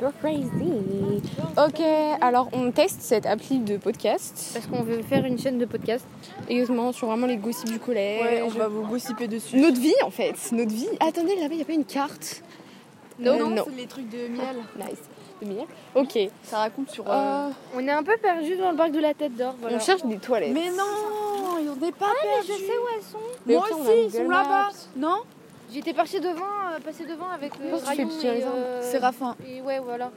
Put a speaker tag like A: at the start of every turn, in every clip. A: You're crazy. Ok, alors on teste cette appli de podcast.
B: Parce qu'on veut faire une chaîne de podcast.
A: Exactement, sur vraiment les gossips du collège.
C: Ouais, on va vous gossiper dessus.
A: Notre vie en fait, notre vie. Attendez, là-bas il n'y a pas une carte.
C: Non,
A: Euh,
C: non,
A: non.
C: c'est les trucs de miel.
A: Nice. De miel. Ok.
C: Ça raconte sur. euh,
A: Euh,
B: On est un peu perdu dans le parc de la Tête d'Or. Voilà.
A: On cherche des toilettes.
C: Mais non, il n'y en a pas
B: Je
C: perdu.
B: sais où elles sont.
A: Mais
C: Moi
A: ok, on a
C: aussi, ils
A: Google
C: sont
A: Maps.
C: là-bas. Non
B: J'étais passé devant, euh, passé devant avec le
A: pense que tu fais
B: rayon
A: le petit
B: et,
A: raisin.
B: euh,
C: Séraphin.
B: Et ouais, voilà.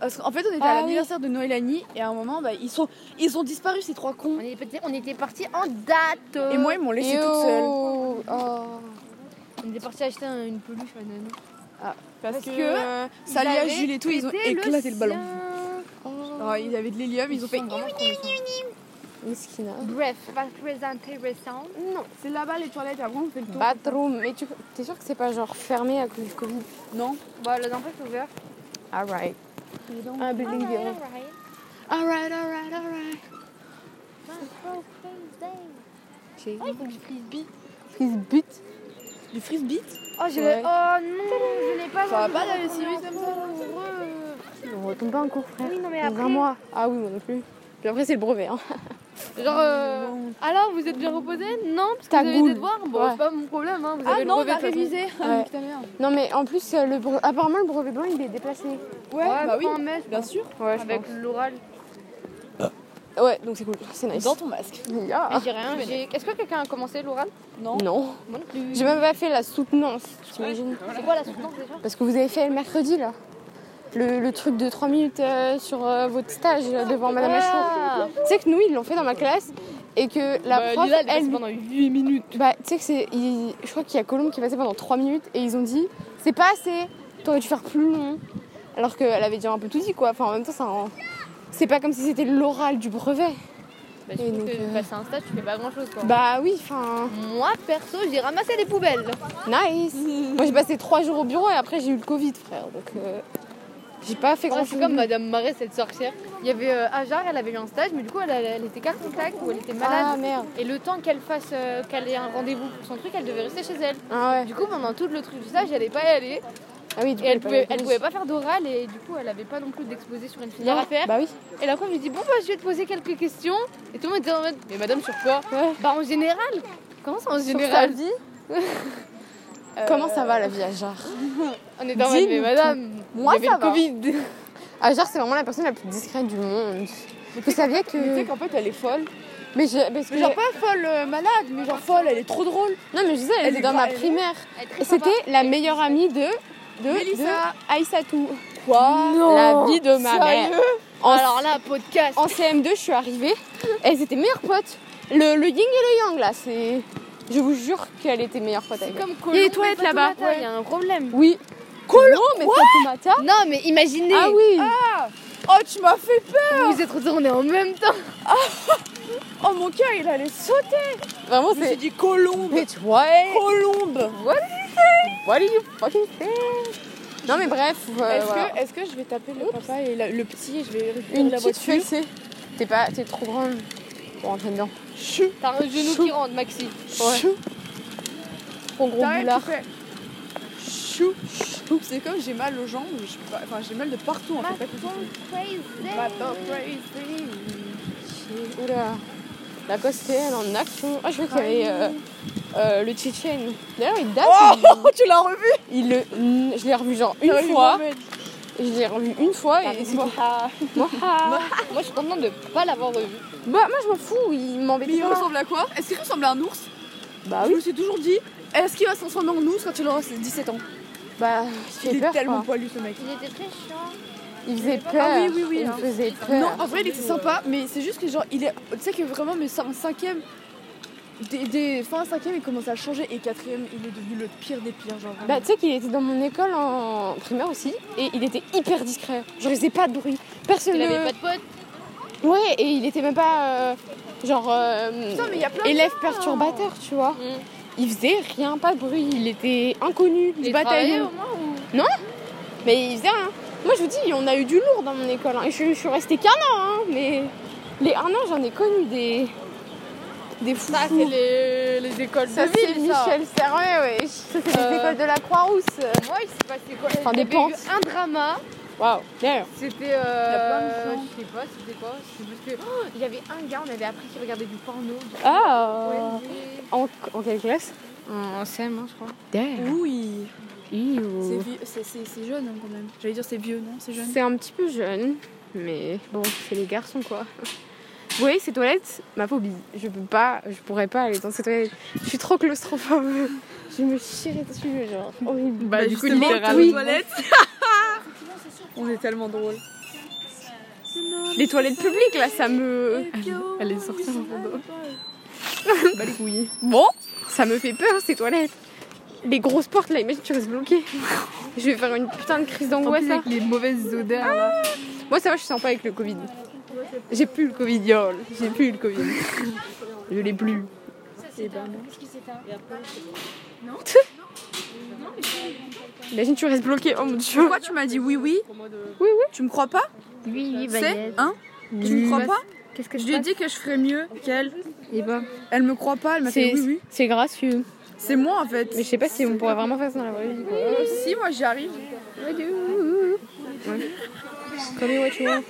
C: Parce qu'en fait, on était
A: Ah
C: à l'anniversaire de Noël Annie et à un moment, bah, ils, sont... ils ont disparu, ces trois
B: On
C: cons.
B: était, on était partis en date. euh.
C: Et moi, ils m'ont
A: Et
C: laissé toute seule.
A: oh, oh.
B: on était partis acheter un- une peluche banane.
C: Parce que,
B: que
C: euh,
B: Ils
C: Sally, à
B: avaient
C: Jules et tout, ils ont
B: pété
C: éclaté le ballon. Oh.
B: sien.
C: Alors, ils avaient de l'hélium, ils ont fait.
A: Miskina.
B: Bref, pas très intéressant.
C: Non, c'est là-bas les toilettes, après on fait le tour.
A: Bathroom. Mais tu es sûr que c'est pas genre fermé à cause du Covid
C: Non.
B: Bah, la lampe est ouverte.
A: Alright. Un
C: Ah,
A: building
B: Alright,
A: bureau.
B: alright.
C: Alright, alright, alright. Ah,
A: J'ai
B: Oh, il faut que je prise bi.
A: prise but.
C: Du frisbee
B: Oh, je
A: Ouais.
B: l'ai- oh non, je l'ai pas.
C: Ça va
B: vendu.
C: pas d'aller si vite comme ça
A: On retombe pas en cours, frère.
B: Oui, non, mais
A: Dans
B: après.
A: un mois. Ah oui, moi non plus. Puis après, c'est le brevet. Hein.
B: Genre, euh, alors vous êtes bien reposé Non, parce que
A: Ta
B: vous avez
A: goule.
B: des devoirs. Bon,
A: Ouais.
B: c'est pas mon problème. Hein. Vous avez
C: Ah
B: le
C: non, on
B: brevet,
C: a
B: de toute façon.
C: révisé.
A: Ouais.
C: Ah, putain, merde.
A: Non, mais en plus, euh, le bre- apparemment, le brevet blanc, il est déplacé.
C: Ouais,
B: Ouais,
C: bah oui,
B: prends un mètre,
C: bien sûr.
A: Ouais,
B: Avec l'oral.
A: Ouais, donc c'est cool. C'est nice.
C: Dans ton masque.
A: Ah.
B: Mais j'ai rien. j'ai- Est-ce que quelqu'un a commencé l'oral
C: Non.
A: Non.
B: Moi non plus.
A: J'ai même pas fait la soutenance, t'imagines
B: C'est quoi la soutenance déjà
A: Parce que vous avez fait le mercredi, là. Le, le truc de 3 minutes euh, sur euh, votre stage euh, devant Madame
B: Ah. Bah,
A: Lachaud. Tu sais que nous, ils l'ont fait dans ma classe et que la prof,
B: Lila, elle est
A: elle.
B: passée pendant 8 minutes.
A: Bah, tu sais que c'est. il- Je crois qu'il y a Colombe qui est passé pendant 3 minutes et ils ont dit c'est pas assez, t'aurais dû faire plus long. Alors qu'elle avait déjà un peu tout dit, quoi. Enfin, en même temps, ça rend- C'est pas comme si c'était l'oral du brevet.
B: Bah,
A: Et
B: je trouve
A: donc,
B: que
A: euh,
B: passer un stage, tu fais pas grand chose quoi.
A: Bah oui, enfin.
B: Moi perso, j'ai ramassé des poubelles.
A: Nice Moi j'ai passé trois jours au bureau et après j'ai eu le Covid frère donc euh, j'ai pas fait
B: Ouais,
A: grand
B: c'est
A: chose.
B: comme Madame Marais, cette sorcière. Il y avait euh, Ajar, elle avait eu un stage, mais du coup, elle, elle était qu'à contact ou elle était
A: Ah
B: malade.
A: merde
B: Et le temps qu'elle fasse, euh, qu'elle ait un rendez-vous pour son truc, elle devait rester chez elle.
A: Ah ouais
B: Du coup, pendant tout le truc du stage, elle n'allait pas y aller.
A: Ah oui du coup,
B: Et elle
A: j'ai
B: pouvait,
A: pas eu
B: elle
A: le
B: pouvait
A: Covid.
B: pas faire d'oral et du coup elle avait pas non plus d'exposé sur une filière à faire.
A: Bah oui
B: Et la prof lui dit bon bah je vais te poser quelques questions et tout le monde était en mode mais madame sur quoi
A: Ouais.
B: Bah en général Comment ça en
A: Sur
B: général Euh,
A: sa vie Comment ça va la vie à Jarre
B: On était en mode mais
A: Dis-nous
B: madame
A: Moi,
B: il y
A: ça
B: avait
A: va.
B: le Covid
A: À Jarre c'est vraiment la personne la plus discrète du monde. Vous saviez
C: Tu sais
A: que...
C: qu'en fait, elle est folle.
A: Mais je... parce que...
C: Euh, Mais genre pas folle euh, malade, mais genre folle, elle est trop drôle.
A: Non mais je disais, elle
C: Elle
A: était
C: est
A: dans ma
C: grave-
A: primaire.
B: Elle est très
A: Et c'était
B: sympa.
A: la meilleure amie de... De,
C: Mélissa.
A: de Aïssatou.
C: Quoi
A: la vie de ma mère.
C: Sérieux
A: En,
B: Alors là podcast
A: en CM2, je suis arrivée. Elles étaient meilleures potes. Le, le yin et le yang là, c'est. Je vous jure qu'elle était meilleure pote avec
B: C'est
A: moi.
B: comme
A: Il y a
B: Colombe
A: les
B: et
A: toilettes
B: Fatoumata,
A: là-bas.
B: Il y a un problème
A: Oui. Colo, mais Fatoumata.
B: Ah. Non mais imaginez
A: Ah oui.
C: Oh, tu m'as fait peur
B: Vous vous êtes retournés en même temps
C: Oh, mon cœur, il allait sauter
A: Vraiment,
C: Je me suis
A: c'est.
C: dit colombe
A: Bitch, ouais.
C: Colombe
A: What do you fucking think Non, mais bref. euh,
C: Est-ce
A: voilà.
C: que, est-ce que je vais taper le papa et la- le petit et je vais récupérer
A: Une
C: la
A: petite
C: voiture
A: fessée. T'es pas, t'es trop grande pour rentrer dedans.
C: Chou,
B: T'as un genou qui rentre Maxi
A: Ouais.
C: chou,
A: Trop gros
C: T'arrêtes,
A: boulard.
C: tu fais chou, chou. C'est comme j'ai mal aux jambes, je peux pas- enfin j'ai mal de partout en fait. pas tout. Matin, crazy.
A: Oula. La Coste-L en action. Ah, je vois qu'il y avait euh, euh, le Tchétchène. D'ailleurs, il date.
C: Oh, tu l'as revu
A: Il le, je l'ai revu genre
C: T'as
A: une
C: vu
A: fois.
C: Mohamed
A: Je l'ai revu une fois
C: Bah,
B: Ah,
A: et c'est
B: moi.
A: tout.
B: Moi je suis contente de pas l'avoir revu
A: Bah, moi je m'en fous, il
C: Mais
A: m'embêtait
C: il
A: pas.
C: ressemble à quoi Est-ce qu'il ressemble à un ours
A: Bah
C: Je
A: oui,
C: me suis toujours dit, est-ce qu'il va se transformer en ours quand il aura 17 ans
A: bah, il fait
C: Il
A: peur.
C: est tellement
A: quoi.
C: poilu ce mec.
B: Il était très chiant
A: Il faisait peur.
C: Ah oui, oui, oui,
A: Il me
C: hein.
A: faisait
C: Non,
A: peur.
C: en vrai, il était sympa, mais c'est juste que genre, il est. Tu sais que vraiment, mais c'est un cinquième. Des, des- fin cinquième, il commence à changer, et quatrième, il est devenu le pire des pires, genre. vraiment.
A: Bah, tu sais qu'il était dans mon école en primaire aussi et il était hyper discret. Genre, il faisait pas de bruit. Personne
B: Il
A: ne.
B: avait pas de potes
A: Ouais, et il était même pas. euh, genre. euh,
C: Putain, mais il y a plein de
A: élève
C: gens.
A: perturbateur, tu vois.
B: Mm.
A: Il faisait rien, pas de bruit. Il était inconnu du
B: Il travaillait
A: bataillon.
B: hein. au moins ou
A: Mais il faisait rien. Moi, je vous dis, on a eu du lourd dans mon école. hein. Et je, je suis restée qu'un an, hein, mais les un an, j'en ai connu des. des fous.
B: Ça, c'est les, les écoles
A: Ça,
B: de
A: c'est
B: ville, ça.
A: Michel Serret, ouais. Ça, c'est
B: Euh.
A: les écoles de la Croix-Rousse.
B: Moi, il s'est passé quoi
A: Enfin,
B: Il y
A: des
B: avait
A: pentes.
B: eu un drama.
A: Waouh, d'ailleurs.
B: C'était. Euh,
C: Il y a plein de plans.
B: je sais pas, c'était quoi C'est juste que. oh, il y avait un gars, on avait appris qu'il regardait du porno. Du
A: Ah
B: ONG.
A: en, en quelle classe
B: En CM, je crois.
A: D'ailleurs.
C: Oui,
A: Oh.
C: c'est vieux- c'est- c'est c'est jeune hein, quand même. J'allais dire c'est vieux, non C'est jeune.
A: C'est un petit peu jeune, mais bon, c'est les garçons quoi. Vous voyez ces toilettes Ma phobie. Je peux pas, je pourrais pas aller dans ces toilettes. Je suis trop claustrophobe. Je me chierais dessus, genre horrible.
C: Bah,
B: du coup,
C: justement,
B: littéralement.
C: oui. toilettes. On est tellement drôle.
A: Les toilettes publiques là, ça me.
C: Elle est sortie en fond
A: Bah les couilles. Bon Ça me fait peur ces toilettes. Les grosses portes là, imagine tu restes bloqué. Je vais faire une putain de crise d'angoisse là.
B: les mauvaises odeurs là.
A: Ah Moi ça va, je suis sympa avec le Covid. J'ai plus le Covid, y'all. J'ai plus le Covid. Je l'ai plus.
C: Et ben non.
A: Imagine tu restes bloqué, oh mon dieu.
D: Pourquoi tu m'as dit oui oui Tu me crois pas
B: Oui, oui,
D: C'est hein Tu me crois pas
B: Qu'est-ce que
D: Je lui ai dit que je ferais mieux qu'elle.
B: Et bah.
D: Elle me croit pas, elle m'a fait
A: C'est
D: oui oui.
A: c'est gracieux.
D: C'est moi en fait.
A: Mais je sais pas si on pourrait vraiment faire ça dans la vraie vie. Quoi.
D: Euh, si moi j'y arrive.
A: Call me what you want.